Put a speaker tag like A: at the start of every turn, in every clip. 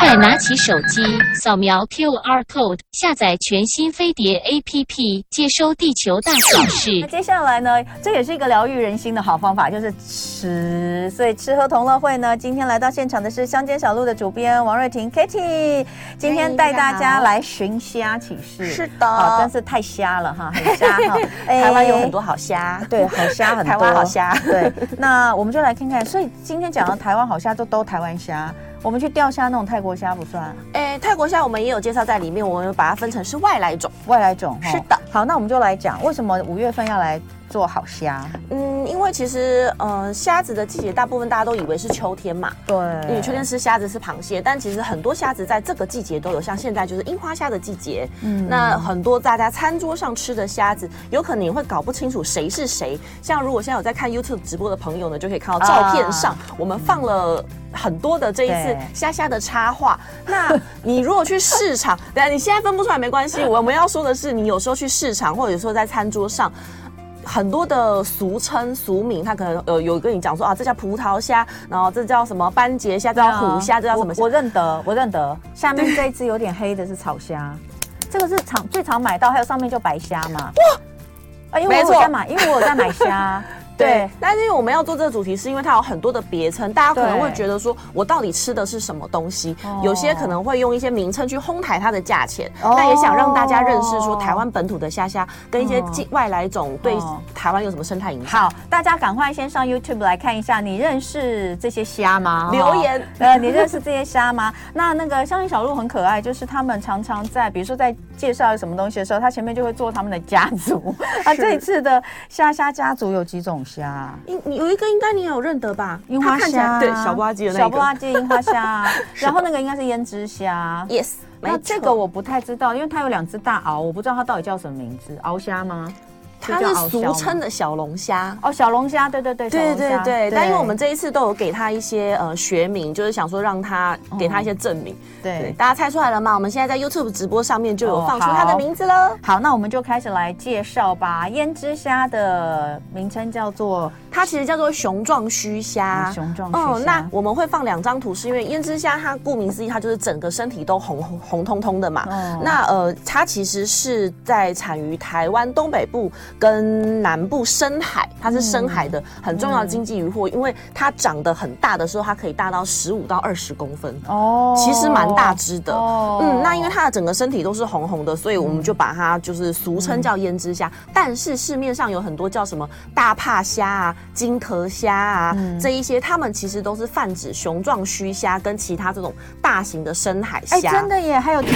A: 再拿起手机，扫描 QR code，下载全新飞碟 APP，接收地球大小事
B: 那。接下来呢，这也是一个疗愈人心的好方法，就是吃。所以吃喝同乐会呢，今天来到现场的是乡间小路的主编王瑞婷 Kitty，今天带大家来寻虾启事。
C: 是的
B: 好，但是太瞎了哈，很瞎 哈。哎
C: 啊台湾有很多好虾，
B: 对，好虾很多，
C: 台湾好 虾
B: 对，那我们就来看看，所以今天讲到台湾好虾，就都台湾虾。我们去钓虾那种泰国虾不算
C: 哎，泰国虾我们也有介绍在里面，我们把它分成是外来种。
B: 外来种哈
C: 是的。
B: 好，那我们就来讲为什么五月份要来做好虾。
C: 嗯，因为其实呃，虾子的季节大部分大家都以为是秋天嘛，
B: 对，
C: 因为嗯秋天吃虾子吃螃蟹，但其实很多虾子在这个季节都有，像现在就是樱花虾的季节，
B: 嗯
C: 那很多大家餐桌上吃的虾子，有可能你会搞不清楚谁是谁。像如果现在有在看 YouTube 直播的朋友呢，就可以看到照片上、
B: 啊
C: 我们放了。很多的这一次
B: 对
C: 虾虾的插画，那你如果去市场， 等下你现在分不出来没关系。我们要说的是，你有时候去市场，或者说在餐桌上，很多的俗称俗名，他可能呃有跟你讲说啊，这叫葡萄虾，然后这叫什么斑节虾，这叫虎虾，这叫什么虾
B: 哦我？我认得，我认得。下面这一只有点黑的是草虾，这个是常最常买到，还有上面就白虾嘛。哇！啊，因为
C: 没
B: 我
C: 错
B: 有在买，因为我有在买虾。 对，
C: 但是因为我们要做这个主题，是因为它有很多的别称，大家可能
B: 对
C: 会觉得说我到底吃的是什么东西
B: 哦？
C: 有些可能会用一些名称去哄抬它的价钱，
B: 哦
C: 但也想让大家认识说台湾本土的虾虾跟一些
B: 嗯
C: 境外来种对
B: 哦
C: 台湾有什么生态影响。
B: 好，大家赶快先上 YouTube 来看一下，你认识这些虾吗？
C: 留言
B: 呃，你认识这些虾吗？那那个相信小鹿很可爱，就是他们常常在，比如说在介绍什么东西的时候，他前面就会做他们的家族。啊，这一次的虾虾家族有几种虾啊？
C: 你你有一个应该你有认得吧？
B: 樱花
C: 它看起来
B: 虾，啊
C: 对小不拉几的那一
B: 小
C: 个。
B: 不拉几樱花 虾，啊然后那个应该是胭脂虾。啊
C: Yes，
B: 那
C: 没
B: 这
C: 错
B: 个我不太知道，因为它有两只大螯，我不知道它到底叫什么名字，鳌虾吗？
C: 它
B: 这
C: 是
B: 叫鳌虾
C: 俗
B: 吗
C: 称的小龙虾。
B: 哦，小龙虾，对对对，
C: 对
B: 小龙
C: 对
B: 虾
C: 对，但因为我们这一次都有给它一些呃学名，就是想说让它给它一些证明。
B: 哦
C: 对，
B: 对。
C: 大家猜出来了吗？我们现在在 YouTube 直播上面就有放出
B: 哦好
C: 它的名字了。
B: 好，那我们就开始来介绍吧。胭脂虾的名称叫做
C: 它其实叫做雄壮须虾。
B: 嗯雄壮须
C: 嗯，
B: 虾
C: 那我们会放两张图，是因为胭脂虾它顾名思义，它就是整个身体都红红红彤彤的嘛。
B: 哦
C: 那呃，它其实是在产于台湾东北部跟南部深海，它是深海
B: 嗯
C: 的、很重要的经济渔获，因为它长得很大的时候，它可以大到十五到二十公分。
B: 哦
C: 其实蛮大只的，
B: 哦
C: 嗯，那因为它的整个身体都是红红的，所以我们就把它就是俗称叫胭脂虾。
B: 嗯
C: 但是市面上有很多叫什么大帕虾啊、金壳虾啊、
B: 嗯
C: 这一些，它们其实都是泛指雄壮须虾跟其他这种大型的深海
B: 哎，
C: 虾。
B: 真的耶，还有天，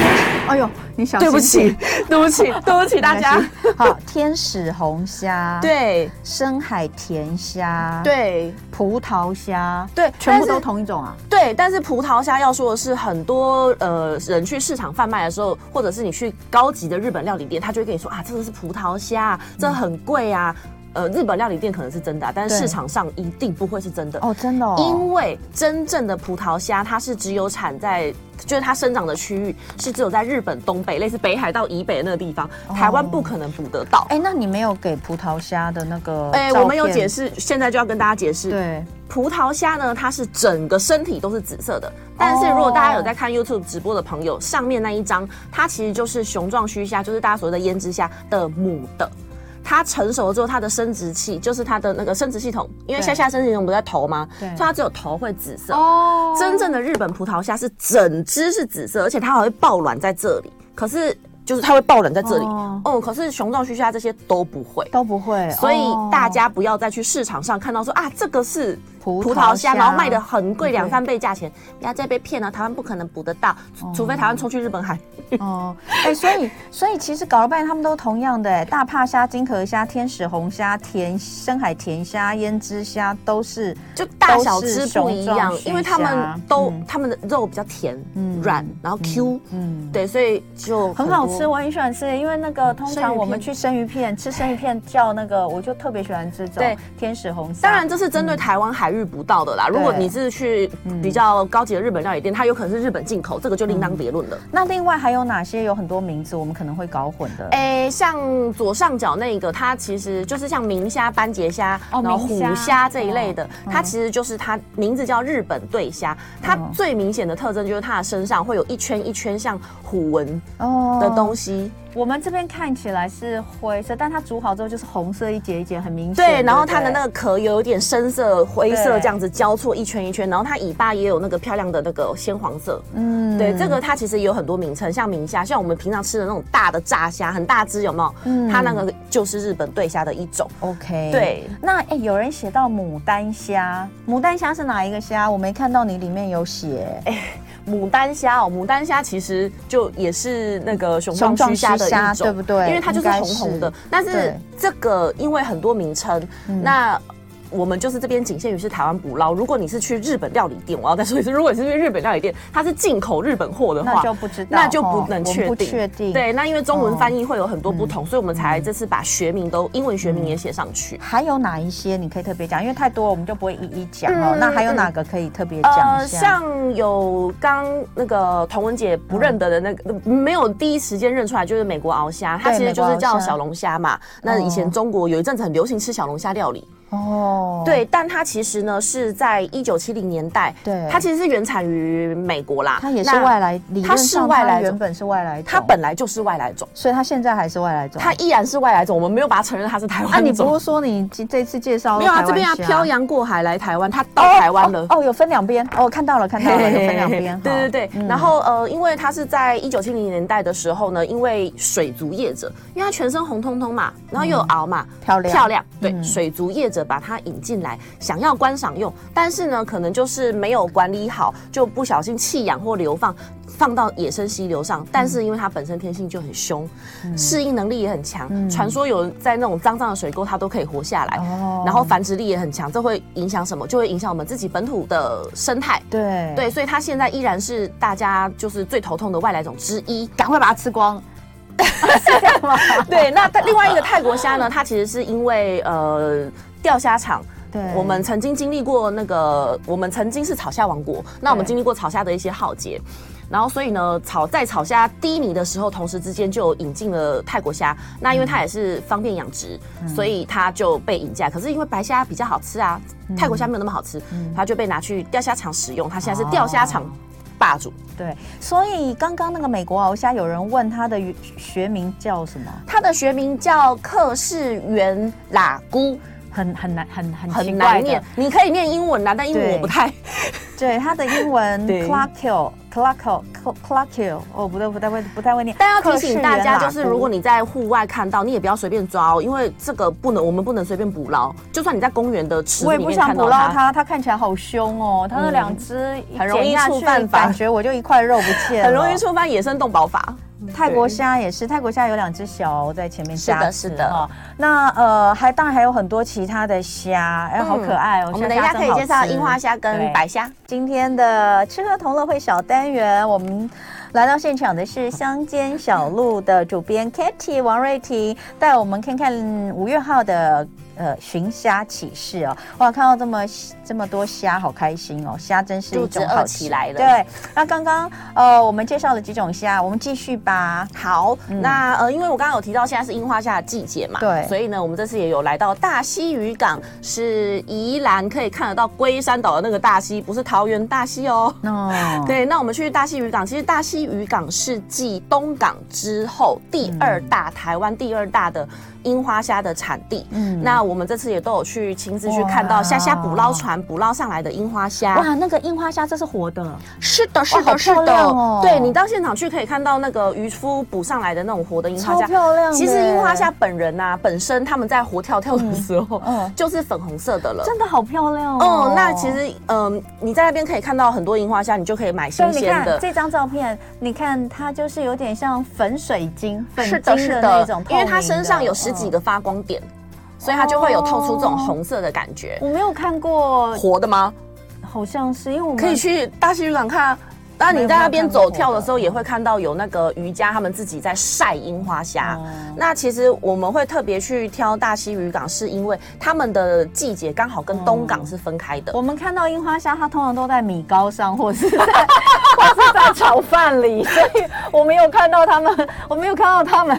B: 哎呦，你小心
C: 对不起，对不起，对不起大家。
B: 没关系好，天使红虾，，
C: 对
B: 深海甜虾，，
C: 对
B: 葡萄虾，
C: 对
B: 全部
C: 但
B: 都
C: 是
B: 同一种啊。
C: 对，但是葡萄虾要说的是，很多呃人去市场贩卖的时候，或者是你去高级的日本料理店，他就会跟你说啊，这个是葡萄虾，这很贵啊。呃，日本料理店可能是真的啊、但是
B: 对
C: 市场上一定不会是真的。
B: 哦，真的哦，
C: 因为真正的葡萄虾，它是只有产在，就是它生长的区域是只有在日本东北，类似北海道以北的那个地方，
B: 哦
C: 台湾不可能捕得到。
B: 哎，那你没有给葡萄虾的那个？
C: 哎、我们有解。释，现在就要跟大家解释。
B: 对，
C: 葡萄虾呢，它是整个身体都是紫色的，但是如果大家有在
B: 哦
C: 看 YouTube 直播的朋友，上面那一张，它其实就是雄壮须虾，就是大家所谓的胭脂虾的母的。它成熟了之后，它的生殖器就是它的那个生殖系统，因为
B: 对
C: 虾虾生殖系统不是在头吗？
B: 对
C: 所以它只有头会紫色。
B: 哦
C: 真正的日本葡萄虾是整只是紫色，而且它还会爆卵在这里。可是就是它会爆卵在这里，
B: 哦
C: 哦、可是雄壮须虾这些都不会。
B: 都不会，
C: 所以
B: 哦
C: 大家不要再去市场上看到说啊，这个是
B: 葡萄
C: 葡萄虾，
B: 虾
C: 然后卖的很贵，
B: 对
C: 两三倍价钱，不要再被骗了。台湾不可能捕得到，除除非台湾冲去日本海。
B: 哦，哎，所以所以其实搞了半天，他们都同样的，哎，大帕虾、金壳虾、天使红虾、甜深海甜虾、胭脂虾都是
C: 就大小只不一
B: 都是雄
C: 样
B: 壮，须
C: 因为他
B: 虾
C: 们都
B: 嗯
C: 他们的肉比较甜
B: 嗯、
C: 软，然后 Q，
B: 嗯。
C: 对，所以就
B: 很好吃，
C: 多。
B: 我很喜欢吃，因为那个通
C: 生鱼
B: 常
C: 片
B: 我们去生鱼片吃生鱼片叫那个，我就特别喜欢吃这种
C: 对
B: 天使红虾。嗯
C: 当然，这是针对台湾海域遇不到的啦。如果你是去比较高级的日本料理店，它有可能是日本进口，这个就另
B: 嗯
C: 当别论了。
B: 那另外还有哪些有很多名字我们可能会搞混的？
C: 诶，像左上角那个，它其实就是像明虾、斑节虾，
B: 哦
C: 然后
B: 明
C: 虎
B: 虾
C: 虾这一类的，
B: 嗯
C: 它其实就是它名字叫日本对虾，它
B: 嗯
C: 最明显的特征就是它的身上会有一圈一圈像虎纹
B: 哦
C: 的东西，
B: 我们这边看起来是灰色，但它煮好之后就是红色一节一节，很明显。
C: 对，然后它的
B: 对不对
C: 那个壳有点深色、灰色
B: 对
C: 这样子交错一圈一圈，然后它尾巴也有那个漂亮的那个鲜黄色。
B: 嗯
C: 对，这个它其实也有很多名称，像明虾，像我们平常吃的那种大的炸虾，很大只，有没有？
B: 嗯
C: 它那个就是日本对虾的一种。
B: OK
C: 对。
B: 那哎、有人写到牡丹虾，牡丹虾是哪一个虾？我没看到你里面有写。
C: 哎牡丹虾哦，牡丹虾其实就也是那个雄
B: 雄
C: 壮
B: 壮
C: 须虾的
B: 须
C: 一
B: 虾
C: 种，
B: 对不对
C: 因为它就是
B: 应该
C: 红红的
B: 是。
C: 但是
B: 对嗯
C: 这个因为很多名称，那。我们就是这边仅限于是台湾捕捞。如果你是去日本料理店，我要再说一次，如果你是去日本料理店，它是进口日本货的话，
B: 那就不知道
C: 那就不
B: 哦
C: 能
B: 我们
C: 确定。
B: 不确定
C: 对，那因为中文翻译会有很多不同，所以我们才这次把学名都英文学名也写上去。
B: 还有哪一些你可以特别讲？因为太多我们就不会一一讲哦。
C: 嗯
B: 那还有哪个可以特别讲一下？
C: 呃像有刚那个童文姐不认得的那个，没有第一时间认出来，就是美国鳌虾，它
B: 对
C: 其实就是
B: 美国
C: 叫
B: 鳌虾
C: 小龙虾嘛。那以前中国有一阵子很流行吃小龙虾料理，
B: 哦，
C: 对，但它其实呢是在一九七零年代，
B: 对
C: 它其实是原产于美国啦，
B: 它也是
C: 那
B: 外，来，理论
C: 它是
B: 上
C: 外来
B: 它
C: 种
B: 原本是外来种，
C: 它本来就是外来种，
B: 所以它现在还是外来种。
C: 它依然是外来种，我们没有把它承认它是台
B: 啊，你
C: 湾
B: 不
C: 种。
B: 是说你这这次介绍
C: 没有啊，
B: 台湾
C: 这边啊
B: 虾
C: 漂洋过海来台湾，它到台湾了
B: 哦。哦，有分两边哦，看到了， 看到了，有分两边。嗯
C: 对对对，然后呃，因为它是在一九七零年代的时候呢，因为水族业者，因为它全身红彤彤嘛，然后又有螯嘛，
B: 漂亮
C: 漂亮，对，
B: 嗯
C: 水族业者把它引进来，想要观赏用，但是呢，可能就是没有管理好，就不小心弃养或流放。放到野生溪流上，但是因为它本身天性就很凶，
B: 嗯
C: 适应能力也很强。传说有在那种脏脏的水沟，它都可以活下来，
B: 哦
C: 然后繁殖力也很强。这会影响什么？就会影响我们自己本土的生态。
B: 对
C: 对，，所以它现在依然是大家就是最头痛的外来种之一。
B: 赶快把它吃光，是这样吗？
C: 对，那它另外一个泰国虾呢，它其实是因为呃钓虾场。
B: 对
C: 我们曾经经历过那个，我们曾经是草虾王国，那我们
B: 对
C: 经历过草虾的一些浩劫，然后所以呢，草在草虾低迷的时候，同时之间就引进了泰国虾。那因为它也是方便养殖，所以它就被引进来。可是因为白虾比较好吃啊，泰国虾没有那么好吃，它就被拿去钓虾场使用。它现在是钓虾场霸主。
B: 对，所以刚刚那个美国鳌虾，有人问它的学学名叫什么，
C: 它的学名叫克氏原喇菇，
B: 很很难，很很奇
C: 很
B: 怪
C: 难
B: 的
C: 念。。你可以念英文啦，但英文
B: 对
C: 我不太。
B: 对，它的英文 c
C: 对
B: l a c k i l c l a c k i l c l a c k i l 哦，不对，不太会，不太会念。
C: 但要提醒大家，就是如果
B: 你
C: 你在户外看到，你也不要随便抓哦，因为这个不能，我们不能随便捕捞。就算你在公园的池
B: 我
C: 子
B: 也
C: 里
B: 不
C: 面
B: 想
C: 看
B: 捕
C: 到
B: 捞
C: 它，嗯
B: 它，它看起来好凶哦，它那两只一
C: 很容易
B: 剪下去
C: 触犯法
B: 感觉我就一块肉不见了，
C: 很容易触犯野生动保法。
B: 泰国虾也是，泰国虾有两只小在前面夹
C: 是
B: 刺
C: 的是的
B: 哈那呃，还当然还有很多其他的虾，哎、好可爱哦。
C: 嗯我们
B: 现在
C: 等一下
B: 真
C: 可以
B: 好
C: 介绍
B: 吃
C: 樱花虾跟
B: 对
C: 白虾。
B: 今天的吃喝同乐会小单元，我们来到现场的是乡间小路的主编 Kitty 王瑞婷，带我们看看五月号的呃寻虾启事哦。哇，看到这么这么多虾，好开心哦！虾真是一
C: 肚子
B: 种好
C: 饿起来了
B: 对，那刚刚呃我们介绍了几种虾，我们继续吧。
C: 好，
B: 嗯
C: 那呃，因为我刚刚有提到现在是樱花虾的季节嘛，
B: 对
C: 所以呢，我们这次也有来到大溪渔港，是宜兰可以看得到龟山岛的那个大溪，不是桃园大溪哦。
B: 哦，
C: 对，那我们去大溪渔港，其实大溪渔港是继东港之后第二大、台湾第二大的樱花虾的产地。
B: 嗯
C: 那我们这次也都有去亲自去
B: 哇
C: 看到虾虾捕捞船捕捞上来的樱花虾，
B: 哇，那个樱花虾这是活的，
C: 是的，
B: 好漂亮哦
C: 对你到现场去可以看到那个渔夫捕上来的那种活的樱花
B: 超
C: 虾。
B: 漂亮的。欸
C: 其实樱花虾本人呐、本身他们在活跳跳的时候，
B: 嗯嗯
C: 就是粉红色的了。
B: 真的好漂亮哦。
C: 哦，那其实，嗯，你在那边可以看到很多樱花虾，你就可以买
B: 所
C: 新
B: 以你
C: 鲜
B: 看
C: 的。
B: 这张照片，你看它就是有点像粉水晶、粉
C: 是
B: 晶
C: 的，是
B: 的那种
C: 的，
B: 透明的，
C: 因
B: 嗯
C: 为它身上有十几个发光点，所以它就会有透出这种红色的感觉。
B: 嗯。我没有看过，
C: 活的吗？
B: 好像是因为我们
C: 可以去大溪渔港看啊。当然你在那边走
B: 没有看过
C: 跳的时候，也会看到有那个渔家他们自己在晒樱花虾。那其实我们会特别去挑大溪渔港，是因为他们的季节刚好跟东港是分开的。
B: 我们看到樱花虾，它通常都在米糕上，或是在 或是在炒饭里，所以我没有看到它们，我没有看到它 们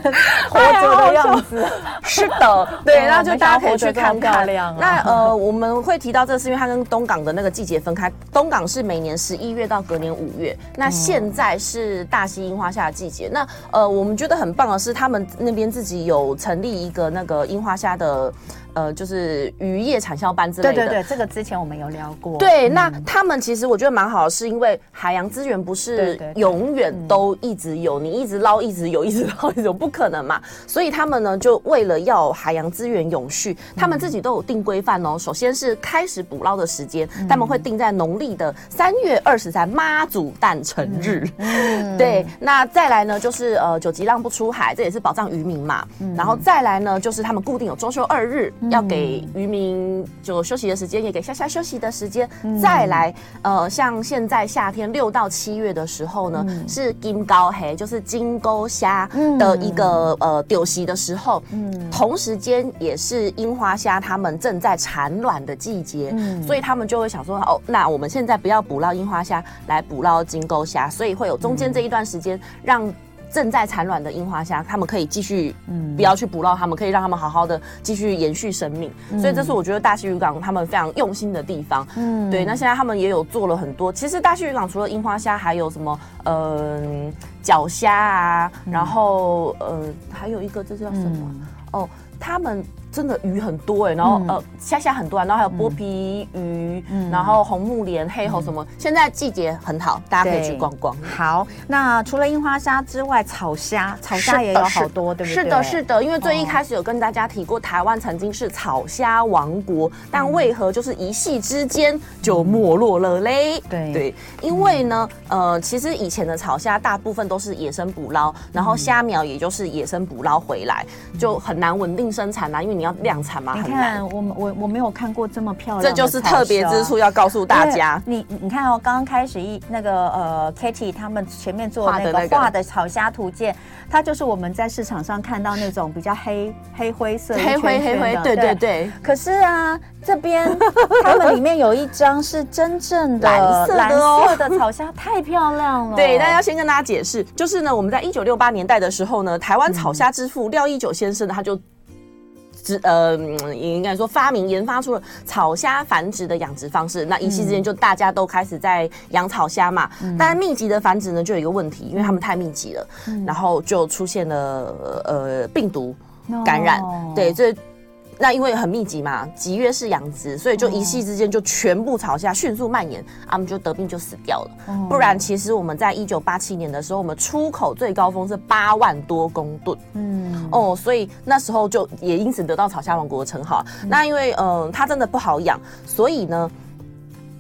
B: 活
C: 哎
B: 着的样子。
C: 是的， 对，
B: 哦
C: 那就大家可以去看
B: 没想到活得这么漂
C: 看。
B: 亮啊
C: 那呃， 我们会提到这是因为它跟东港的那个季节分开，东港是每年十一月到隔年五月，那现在是大溪樱花下的季节。那呃，我们觉得很棒的是，他们那边自己有成立一个那个樱花虾的。呃，就是渔业产销班之类
B: 对
C: 的，
B: 对对，这个之前我们有聊过。
C: 对，那
B: 嗯
C: 他们其实我觉得蛮好的，是因为海洋资源不
B: 对
C: 是
B: 对对
C: 永远都一直有，你一直捞，一直有，一直捞，一直有，不可能嘛。所以他们呢，就为了要海洋资源永
B: 嗯
C: 续，他们自己都有定规范哦。首先是开始捕捞的时间，
B: 嗯
C: 他们会定在农历的三月二十三妈祖诞辰
B: 嗯
C: 日。对，那再来呢，就是呃九级浪不出海，这也是保障渔民嘛。然后再来呢，就是他们固定有周休二日，要给渔民就休息的时间，也给虾虾休息的时间。再来，呃，像现在夏天六到七月的时候呢，是金高黑，就是金钩虾的一个、呃丢席的时候。同时间也是樱花虾它们正在产卵的季节，所以他们就会想说，哦，那我们现在不要捕捞樱花虾，来捕捞金钩虾，所以会有中间这一段时间让。正在产卵的樱花虾，它们可以继续，不要去捕捞它们，可以让它们好好的继续延续生命。所以这是我觉得大溪渔港他们非常用心的地方。
B: 嗯
C: 对，那现在他们也有做了很多。其实大溪渔港除了樱花虾，还有什么嗯脚虾啊，然后呃还有一个这叫什
B: 嗯
C: 么？哦，他们真的鱼很多哎、然后、呃虾虾很多、啊，然后还有
B: 嗯
C: 剥皮鱼，然后红木莲、黑猴什么。现在季节很好，大家可以去
B: 对
C: 逛逛。
B: 嗯好，那除了樱花虾之外，草虾，草虾也有好多，对不对？哦
C: 是的，是
B: 的。
C: 的，因为最一开始有跟大家提过，台湾曾经是草虾王
B: 嗯
C: 国，但为何就是一夕之间就没落了嘞？
B: 对
C: 对，因为呢，呃，其实以前的草虾大部分都是野生捕
B: 嗯
C: 捞，然后虾苗也就是野生捕捞回来，就很难稳定生产啦，啊因为你要量产嘛，
B: 你
C: 很难。
B: 看，我们我我没有看过这么漂亮的草虾，
C: 这就是特别之处，要告诉大家。
B: 因为你你看哦，刚刚开始一那个呃 Kitty 他们前面做
C: 画
B: 那
C: 的
B: 个
C: 那个
B: 画的草虾图鉴，它就是我们在市场上看到那种比较黑黑灰色一
C: 黑灰
B: 圈圈
C: 黑灰
B: 的，
C: 对对。对，
B: 可是啊，这边 他们里面有一张是真正的
C: 蓝色的哦
B: 蓝色的草虾，太漂亮了。
C: 对，但要先跟大家解释，就是呢，我们在一九六八年代的时候呢，台湾草虾之父廖一九先生呢，他就。只呃，嗯应该说发明研发出了草虾繁殖的养殖方式。那一夕之间，就大家都开始在养草虾嘛。但密集的繁殖呢，就有一个问题，因为它们太密集了，然后就出现了呃病毒感染。
B: 哦
C: 对，这那因为很密集嘛，集约式养殖，所以
B: 哦
C: 就一夕之间就全部草虾迅速蔓延，他、们就得病就死掉了。
B: 嗯
C: 不然，其实我们在一九八七年的时候，我们出口最高峰是八万多公吨。
B: 嗯，
C: 哦，所以那时候就也因此得到草虾王国的称号。那因为嗯、呃它真的不好养，所以呢。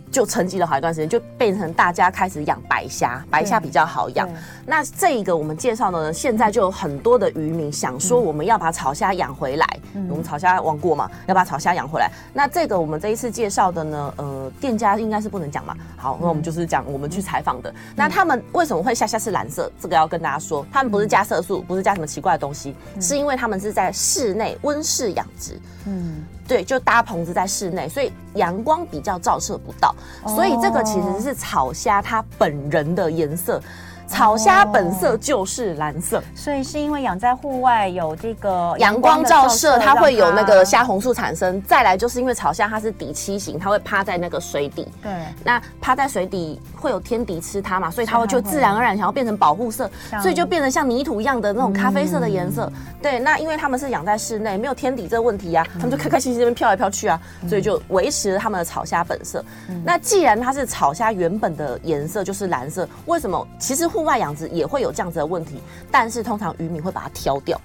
C: 就沉寂了好一段时间，就变成大家开始养白虾，白虾比较好养
B: 对。
C: 那这一个我们介绍的呢，现在就有很多的渔民想说，我们要把草虾养回来，我们草虾王国嘛，要把草虾养回来。那这个我们这一次介绍的呢，呃，店家应该是不能讲嘛。好，那我们就是讲我们去采访的。那他们为什么会下下是蓝色？这个要跟大家说，他们不是加色素，不是加什么奇怪的东西，是因为他们是在室内温室养殖。
B: 嗯，
C: 对，就搭棚子在室内，所以阳光比较照射不到，所以这个其实是草虾它本人的颜色。草虾本色就是蓝色，
B: 所以是因为养在户外有这个
C: 阳光
B: 的
C: 照射它会有那个
B: 让它
C: 虾红素产生。再来就是因为草虾它是底栖型，它会趴在那个水底，
B: 对。
C: 那趴在水底会有天敌吃它嘛，所以它会
B: 是它
C: 就
B: 会
C: 自然而然想要变成保护色
B: 像，嗯
C: 所以就变得像泥土一样的那种咖啡色的颜色。对，那因为它们是养在室内，没有天敌这个问题啊，它们就开开心心这边飘来飘去啊，
B: 嗯
C: 所以就维持了它们的草虾本色。那既然它是草虾原本的颜色就是蓝色，为什么其实户外养殖也会有这样子的问题？但是通常渔民会把它挑掉。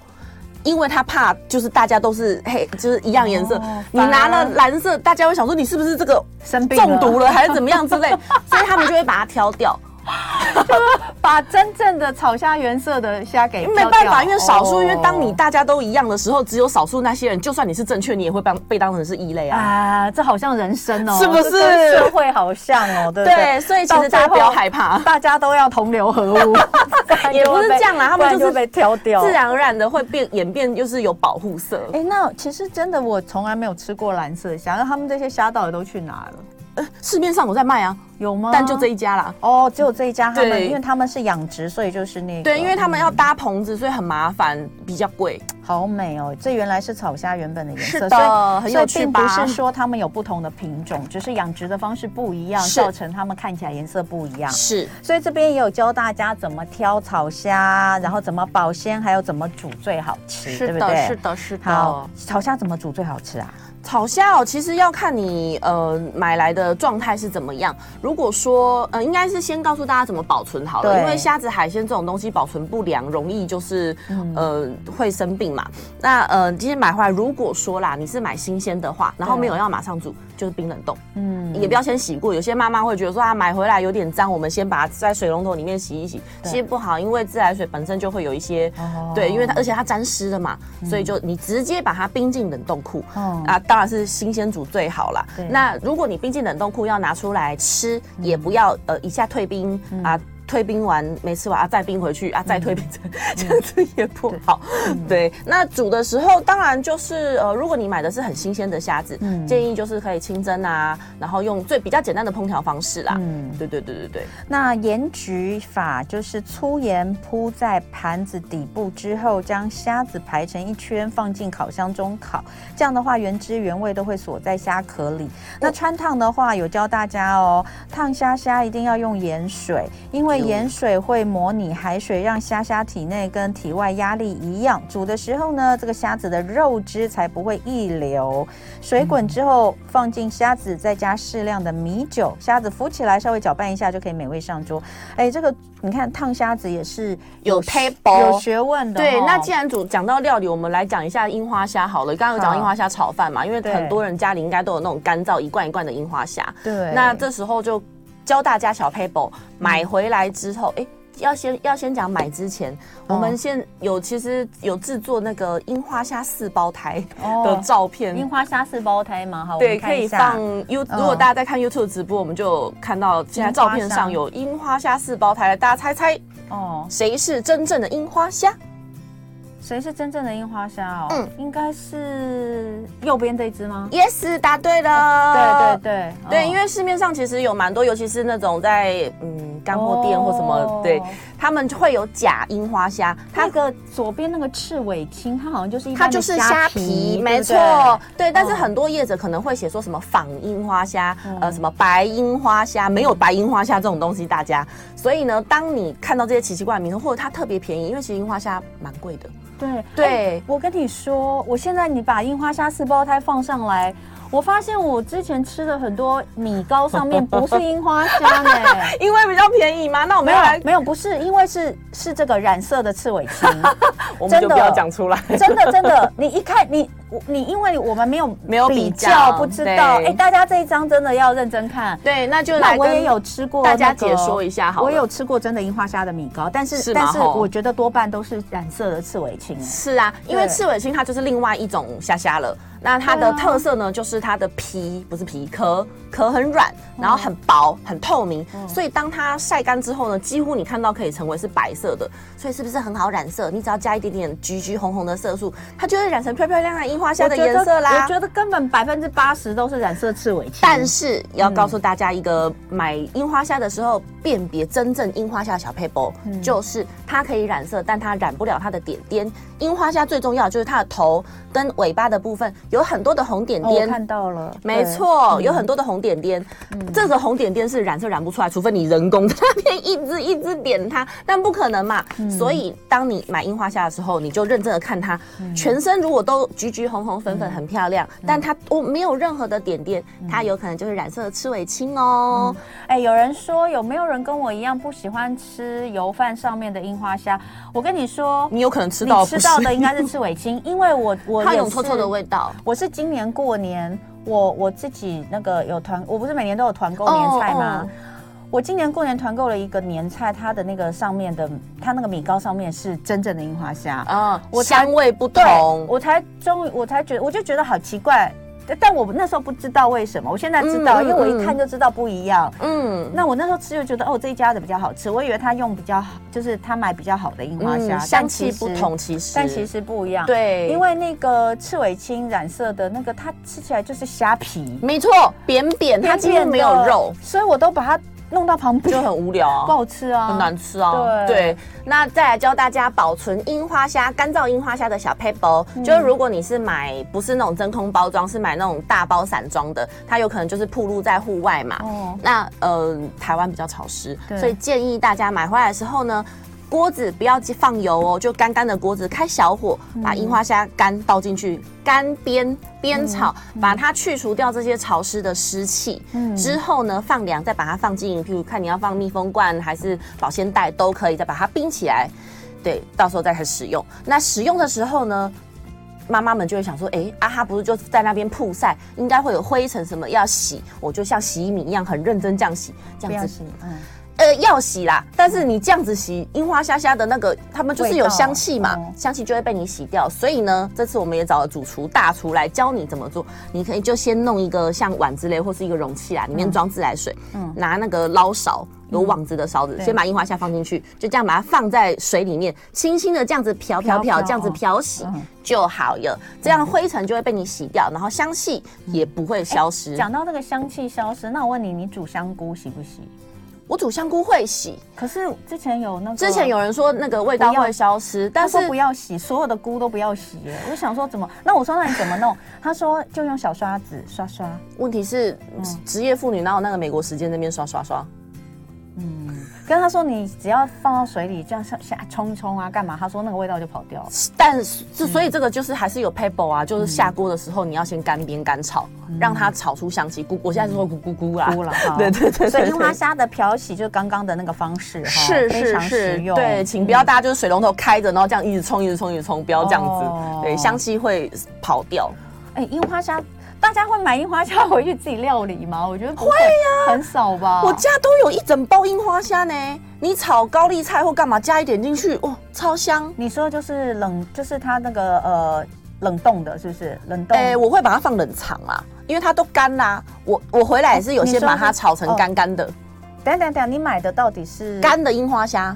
C: 因为他怕，就是大家都是黑，就是一样颜色。
B: 哦
C: 你拿
B: 反而
C: 了蓝色，大家会想说你是不是这个
B: 生病了
C: 中毒了还是怎么样之类，所以他们就会把它挑掉。
B: 把真正的炒虾原色的虾给
C: 没办法，
B: 挑掉
C: 因为少数，
B: 哦
C: 因为当你大家都一样的时候，只有少数那些人，就算你是正确，你也会被被当成是异类啊。
B: 啊，这好像人生哦，
C: 是不是
B: 这跟社会好像 哦，对不对？
C: 对所以其实大家不要害怕
B: 到最后大家都要同流合 污，然
C: 也
B: 就
C: 不
B: 会
C: 是
B: 被
C: 这样啦他们
B: 不然
C: 就是
B: 被挑掉，
C: 自。然而然的会变演变，就是有保护色。
B: 哎、那其实真的我从来没有吃过蓝色的虾，那他们这些虾到底都去哪了？
C: 市面上有在卖啊，
B: 有吗？
C: 但就这一家啦。
B: 哦，只有这一家他们，
C: 对
B: 因为他们是养殖，所以就是那个
C: 对，因为他们要搭棚子，所以很麻烦，比较贵。
B: 好美哦，这原来是草虾原本的颜色，
C: 是的
B: 所以
C: 很有趣
B: 所以并不
C: 吧
B: 是说它们有不同的品种，只是养殖的方式不一样，
C: 是
B: 造成它们看起来颜色不一样。
C: 是，
B: 所以这边也有教大家怎么挑草虾，然后怎么保鲜，还有怎么煮最好吃，对不对？
C: 是。的，是
B: 好，草虾怎么煮最好吃啊？
C: 炒虾哦，其实要看你呃买来的状态是怎么样。如果说呃，应该是先告诉大家怎么保存好了，
B: 对
C: 因为虾子、海鲜这种东西保存不良，容易就是、
B: 嗯
C: 呃会生病嘛。那呃，今天买回来，如果说啦你是买新鲜的话，然后
B: 对
C: 没有要马上煮，就是冰冷冻，
B: 嗯，
C: 也不要先洗过。有些妈妈会觉得说啊，买回来有点脏，我们先把它在水龙头里面洗一洗，
B: 对
C: 其实不好，因为自来水本身就会有一些。
B: 哦
C: 对，因为它而且它沾湿了嘛，所以就你直接把它冰进冷冻库，
B: 嗯
C: 啊，当然是新鲜煮最好啦
B: 对。
C: 那如果你冰进冷冻库要拿出来吃，也不要呃一下退冰
B: 嗯
C: 啊。退冰完没吃完啊，再冰回去啊，再退冰，
B: 嗯
C: 这样子也不好。对，那煮的时候当然就是呃，如果你买的是很新鲜的虾子，
B: 嗯
C: 建议就是可以清蒸啊，然后用最比较简单的烹调方式啦。
B: 嗯
C: 对对对对对。
B: 那盐焗法就是粗盐铺在盘子底部之后，将虾子排成一圈，放进烤箱中烤。这样的话，原汁原味都会锁在虾壳里。
C: 哦
B: 那穿烫的话，有教大家哦，烫虾虾一定要用盐水，因为
C: 嗯
B: 盐水会模拟海水，让虾虾体内跟体外压力一样。煮的时候呢，这个虾子的肉汁才不会溢流。水滚之后放进虾子，再加适量的米酒，虾子浮起来稍微搅拌一下就可以美味上桌。哎，这个你看烫虾子也是
C: 有
B: 学
C: table
B: 有学问的哦、
C: 对，那既然主讲到料理，我们来讲一下樱花虾好了。刚刚有讲
B: 好
C: 樱花虾炒饭嘛，因为
B: 对
C: 很多人家里应该都有那种干燥一罐一罐的樱花虾。
B: 对，嗯
C: 那这时候就教大家小 paper 买回来之后，哎、要先要先讲买之前，
B: 哦
C: 我们现有其实有制作那个樱花虾四胞胎的照片。
B: 哦樱花虾四胞胎嘛，好，我们
C: 对，
B: 看
C: 可以
B: 一下
C: 放 You，、如果
B: 嗯
C: 大家在看 YouTube 直播，我们就看到现在照片上有樱花虾四胞胎，大家猜猜
B: 哦，
C: 谁是真正的樱花虾？
B: 谁是真正的樱花虾哦？
C: 嗯
B: 应该是右边这只吗？
C: Yes，答对了。
B: 对对对
C: 呃对，
B: 嗯
C: 因为市面上其实有蛮多，尤其是那种在嗯干货店或什么，
B: 哦
C: 对他们就会有假樱花虾，它
B: 那个左边那个赤尾青，它好像就是一
C: 它
B: 般
C: 就
B: 的
C: 是
B: 虾
C: 虾
B: 皮
C: 皮，，
B: 对
C: 没
B: 不
C: 错
B: 对，
C: 对。但是
B: 嗯
C: 很多业者可能会写说什么仿樱花虾，呃，什么白樱花虾，没有白樱花虾这种东西，大家。所以呢，当你看到这些奇奇怪怪的名字，或者它特别便宜，因为其实樱花虾蛮贵的，
B: 对
C: 对
B: 哎我跟你说，我现在你把樱花虾四胞胎放上来，我发现我之前吃的很多米糕上面不是樱花虾 呢、
C: 因为比较便宜嘛。那我
B: 没
C: 们
B: 有
C: 要来，
B: 没有，不是，因为是是这个染色的刺尾青，
C: 我们
B: 真
C: 就
B: 的
C: 不要讲出来。
B: 真的真的，你一看你我你，因为我们没有
C: 没有比
B: 比
C: 较
B: 较，不知道。
C: 对
B: 哎，大家这一张真的要认真看。
C: 对，那就
B: 那
C: 来
B: 我
C: 跟
B: 也有吃过、
C: 大家解说一下好了
B: 我有吃过真的樱花虾的米糕，但是
C: 是吗
B: 但是
C: 吼
B: 我觉得多半都是染色的刺尾青。哎
C: 是啊，因为
B: 对
C: 赤尾青它就是另外一种虾虾了。那它
B: 对
C: 的
B: 啊
C: 特色呢，就是它的皮不是皮壳，壳很软，然后很薄，很透明，
B: 嗯
C: 所以当它晒干之后呢，几乎你看到可以成为是白色的，所以是不是很好染色？你只要加一点点橘橘红红的色素，它就会染成漂漂亮亮樱花虾的颜色
B: 我
C: 啦
B: 觉得。我觉得根本百分之八十都是染色刺尾青。
C: 但是要告诉大家一个买樱花虾的时候辨别真正樱花虾的小 paper，、就是
B: 嗯
C: 它可以染色，但它染不了它的点点。樱花虾最重要就是它的头跟尾巴的部分有很多的红点
B: 哦我
C: 点。
B: 看到了，
C: 没
B: 对。
C: 错，有很多的红点点，
B: 嗯
C: 这个红点点是染色染不出来，除非你人工在那边一只一只点它，但不可能嘛。
B: 嗯
C: 所以当你买樱花虾的时候，你就认真的看它，
B: 嗯
C: 全身如果都橘橘红红粉粉很漂亮，但它我没有任何的点点，
B: 嗯
C: 它有可能就是染色的赤尾青哦。
B: 哎，有人说有没有人跟我一样不喜欢吃油饭上面的樱花虾？我跟你说，
C: 你有可能吃
B: 你
C: 到
B: 吃到的应该是刺尾青，因为 我我
C: 它
B: 也
C: 有
B: 是
C: 臭臭的味道。
B: 我是今年过年，我我自己那个有团，我不是每年都有团购年菜吗？
C: 哦哦
B: 我今年过年团购了一个年菜，它的那个上面的，它那个米糕上面是真正的樱花虾。
C: 啊，
B: 我才
C: 香味不
B: 对
C: 同，，
B: 我才终于，我才觉得，我就觉得好奇怪。但但我那时候不知道为什么，我现在知道，
C: 嗯嗯
B: 因为我一看就知道不一样。
C: 嗯，
B: 那我那时候吃就觉得，哦，这一家的比较好吃。我以为他用比较好，就是他买比较好的樱花虾，
C: 嗯
B: 但
C: 香
B: 其
C: 气
B: 实
C: 不同，，其实，
B: 但其实不一样。，
C: 对，
B: 因为那个赤尾青染色的那个，它吃起来就是虾皮，
C: 没错，扁扁，嗯它几乎没有
B: 扁
C: 肉
B: 扁的，，所以我都把它弄到旁边，
C: 就很无聊
B: 不
C: 啊。
B: 好吃啊，
C: 很难吃啊，
B: 对
C: 对。那再来教大家保存樱花虾、干燥樱花虾的小 paper，、就是
B: 嗯
C: 哦如果你是买不是那种真空包装，是买那种大包散装的，它有可能就是暴露在户外嘛。
B: 哦。
C: 那呃，台湾比较潮湿
B: 对，
C: 所以建议大家买回来的时候呢，锅子不要放油哦，就干干的锅子，开小火
B: 嗯
C: 把樱花虾干倒进去，干煸煸炒，把它去除掉这些潮湿的湿气。
B: 嗯
C: 之后呢，放凉，再把它放进，譬如看你要放密封罐还是保鲜袋都可以，再把它冰起来。对，到时候再开始使用。那使用的时候呢，妈妈们就会想说，诶，啊哈，不是就在那边曝晒，应该会有灰尘什么要洗，我就像洗衣米一样很认真这样洗，这
B: 不
C: 样
B: 要
C: 子，
B: 洗，嗯，
C: 呃，要洗啦。但是你这样子洗，樱花虾虾的那个，它们就是有香气嘛，
B: 味道哦
C: 香气就会被你洗掉。所以呢，这次我们也找了主厨大厨来教你怎么做。你可以就先弄一个像碗之类或是一个容器啦，里面装自来水，
B: 嗯
C: 拿那个捞勺。有网子的勺子，
B: 对
C: 先把樱花虾放进去，就这样把它放在水里面，轻轻的这样子漂漂
B: 漂
C: 漂，
B: 漂
C: 这样子
B: 哦
C: 漂洗
B: 嗯
C: 就好了。这样灰尘就会被你洗掉，然后香气也不会消失。
B: 讲到那个香气消失，那我问你，你煮香菇洗不洗？
C: 我煮香菇会洗，
B: 可是之前有那个，
C: 之前有人说那个味道会消失，
B: 他
C: 但是
B: 说不要洗，所有的菇都不要洗耶。我想说怎么？那我说那你怎么弄？他说就用小刷子刷刷。
C: 问题是
B: 嗯
C: 职业妇女哪有那个美国时间那边刷刷刷？
B: 跟他说你只要放到水里这样下下冲一冲啊，干嘛？他说那个味道就跑掉了。
C: 但是之所以这个就是还是有 paper 啊，就是下锅的时候你要先干煸干炒，让它炒出香气。咕，我现在是说咕咕咕啦，
B: 菇了哈
C: 啊对对对对
B: 所以樱花
C: 对
B: 虾的漂洗就是刚刚的那个方式哈，
C: 是
B: 非
C: 是
B: 常
C: 是
B: 实，用。
C: 对，请不要大家就是水龙头开着，然后这样一直冲一直冲一直冲，不要这样
B: 哦
C: 子，对，香气会跑掉。
B: 哎，樱花虾，大家会买樱花虾回去自己料理吗？我觉得不会呀，很少吧。
C: 啊我家都有一整包樱花虾呢，你炒高丽菜或干嘛加一点进去，哦，超香。
B: 你说就是冷，就是它那个呃冷冻的，是不是冷冻？
C: 哎、我会把它放冷藏啦，因为它都干啦。我我回来也是有
B: 你
C: 些
B: 说
C: 把它
B: 是
C: 炒成
B: 哦
C: 干干的，
B: 等一下等一下等一下，你买的到底是
C: 干、的樱花虾，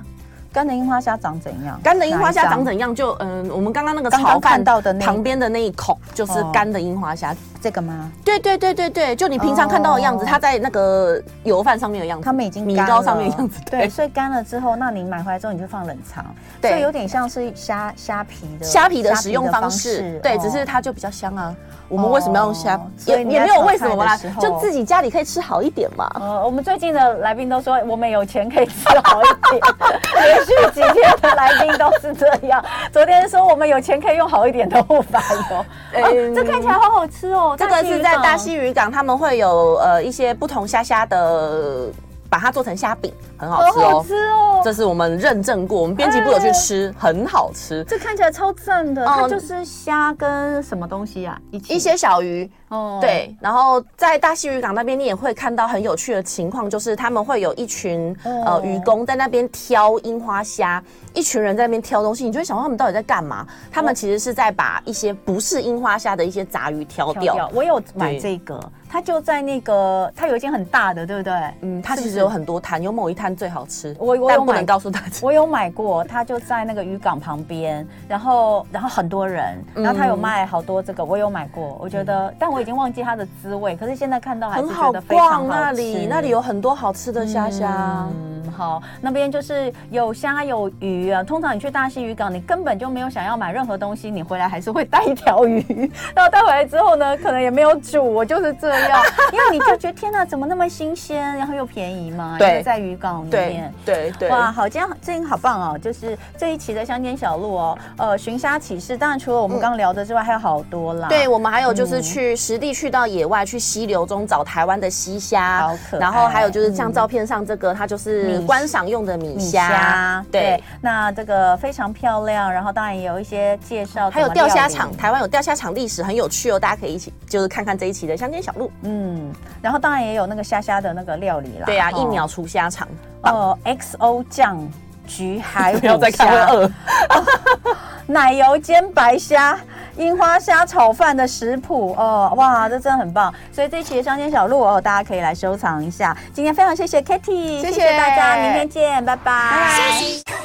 B: 干的樱花虾长怎样？
C: 干的樱花虾
B: 哪一张
C: 长怎样就？嗯，我们刚刚那个
B: 刚刚
C: 炒饭
B: 看到的那一
C: 旁边的那一口就是
B: 哦
C: 干的樱花虾。
B: 这个吗？
C: 对对对对对，就你平常看到的样子，
B: 哦
C: 它在那个油饭上面的样子，
B: 他们已经
C: 米
B: 干
C: 糕
B: 了
C: 上面的样子。
B: 对，
C: 对，
B: 所以干了之后，那你买回来之后你就放冷藏，
C: 对
B: 所以有点像是虾虾皮的
C: 虾皮的使用方式，对，
B: 哦
C: 只是它就比较香啊。我们为什么要用虾？
B: 所以
C: 也
B: 你
C: 也
B: 在
C: 没有
B: 炒
C: 为什么
B: 菜
C: 啦
B: 的时，候
C: 就自己家里可以吃好一点嘛。
B: 呃，我们最近的来宾都说我们有钱可以吃好一点， 连续几天的来宾都是这样。昨天说我们有钱可以用好一点的护发油，哦
C: 嗯
B: 这看起来好好吃哦。
C: 这个是在大
B: 西
C: 溪渔港，他们会有呃一些不同虾虾的，把它做成虾饼，很好
B: 好
C: 吃哦
B: 好。吃哦，
C: 这是我们认证过，我们编辑部有去吃，很好吃。
B: 这看起来超赞的，它
C: 嗯
B: 就是虾跟什么东西啊？一起
C: 一些小鱼，
B: 哦，
C: 对，然后在大溪渔港那边，你也会看到很有趣的情况，就是他们会有一群
B: 哦
C: 呃渔工在那边挑樱花虾，一群人在那边挑东西，你就会想说他们到底在干嘛？他们其实是在把一些不是樱花虾的一些杂鱼挑
B: 跳掉
C: 掉。。
B: 我有买
C: 对
B: 这个，它就在那个，它有一间很大的，对不对？
C: 嗯，它
B: 是
C: 其
B: 不
C: 实
B: 是
C: 有很多摊，有某一摊最好吃，
B: 我我有
C: 但不
B: 买
C: 能告诉大家。
B: 我有买过，它就在那个渔港旁边，然后然后很多人，
C: 嗯
B: 然后它有卖好多这个，我有买过，我觉得，但我已经忘记它的滋味，可是现在看到还是
C: 很好
B: 觉得非常好
C: 逛，那里
B: 吃
C: 那里有很多好吃的虾虾。
B: 嗯，好，那边就是有虾有鱼啊。通常你去大溪渔港，你根本就没有想要买任何东西，你回来还是会带一条鱼。 然后带回来之后呢，可能也没有煮，我就是这样，因为你就觉得天哪，怎么那么新鲜，然后又便宜嘛？
C: 对
B: 因为在渔港里
C: 对
B: 面。
C: 对对，
B: 哇，好，今天最近好棒哦！就是这一期的乡间小路哦，呃，寻虾启事，当然除了我们刚刚聊的之外，还有好多啦。
C: 嗯对，我们还有就是去实地去到野外去溪流中找台湾的溪虾
B: 好可爱，
C: 然后还有就是像照片上这个，它就是观赏用的米
B: 嗯米
C: 虾，
B: 虾，
C: 对，
B: 那这个非常漂亮，然后当然也有一些介绍，
C: 还有
B: 怎么
C: 钓虾
B: 料理
C: 场，台湾有钓虾场历史很有趣哦，大家可以一起就是看看这一期的乡间小路。
B: 嗯，然后当然也有那个虾虾的那个料理啦，
C: 对啊，
B: 哦
C: 一秒除虾场，
B: 哦，XO 酱 焗海
C: 不要再
B: 虎
C: 看会
B: 虾、
C: 饿。
B: 奶油煎白虾、樱花虾炒饭的食谱哦，哇，这真的很棒！所以这一期的乡间小路哦，大家可以来收藏一下。今天非常谢谢 Kitty，
D: 谢谢
B: 大家，明天见，拜拜
D: 拜
A: 休息。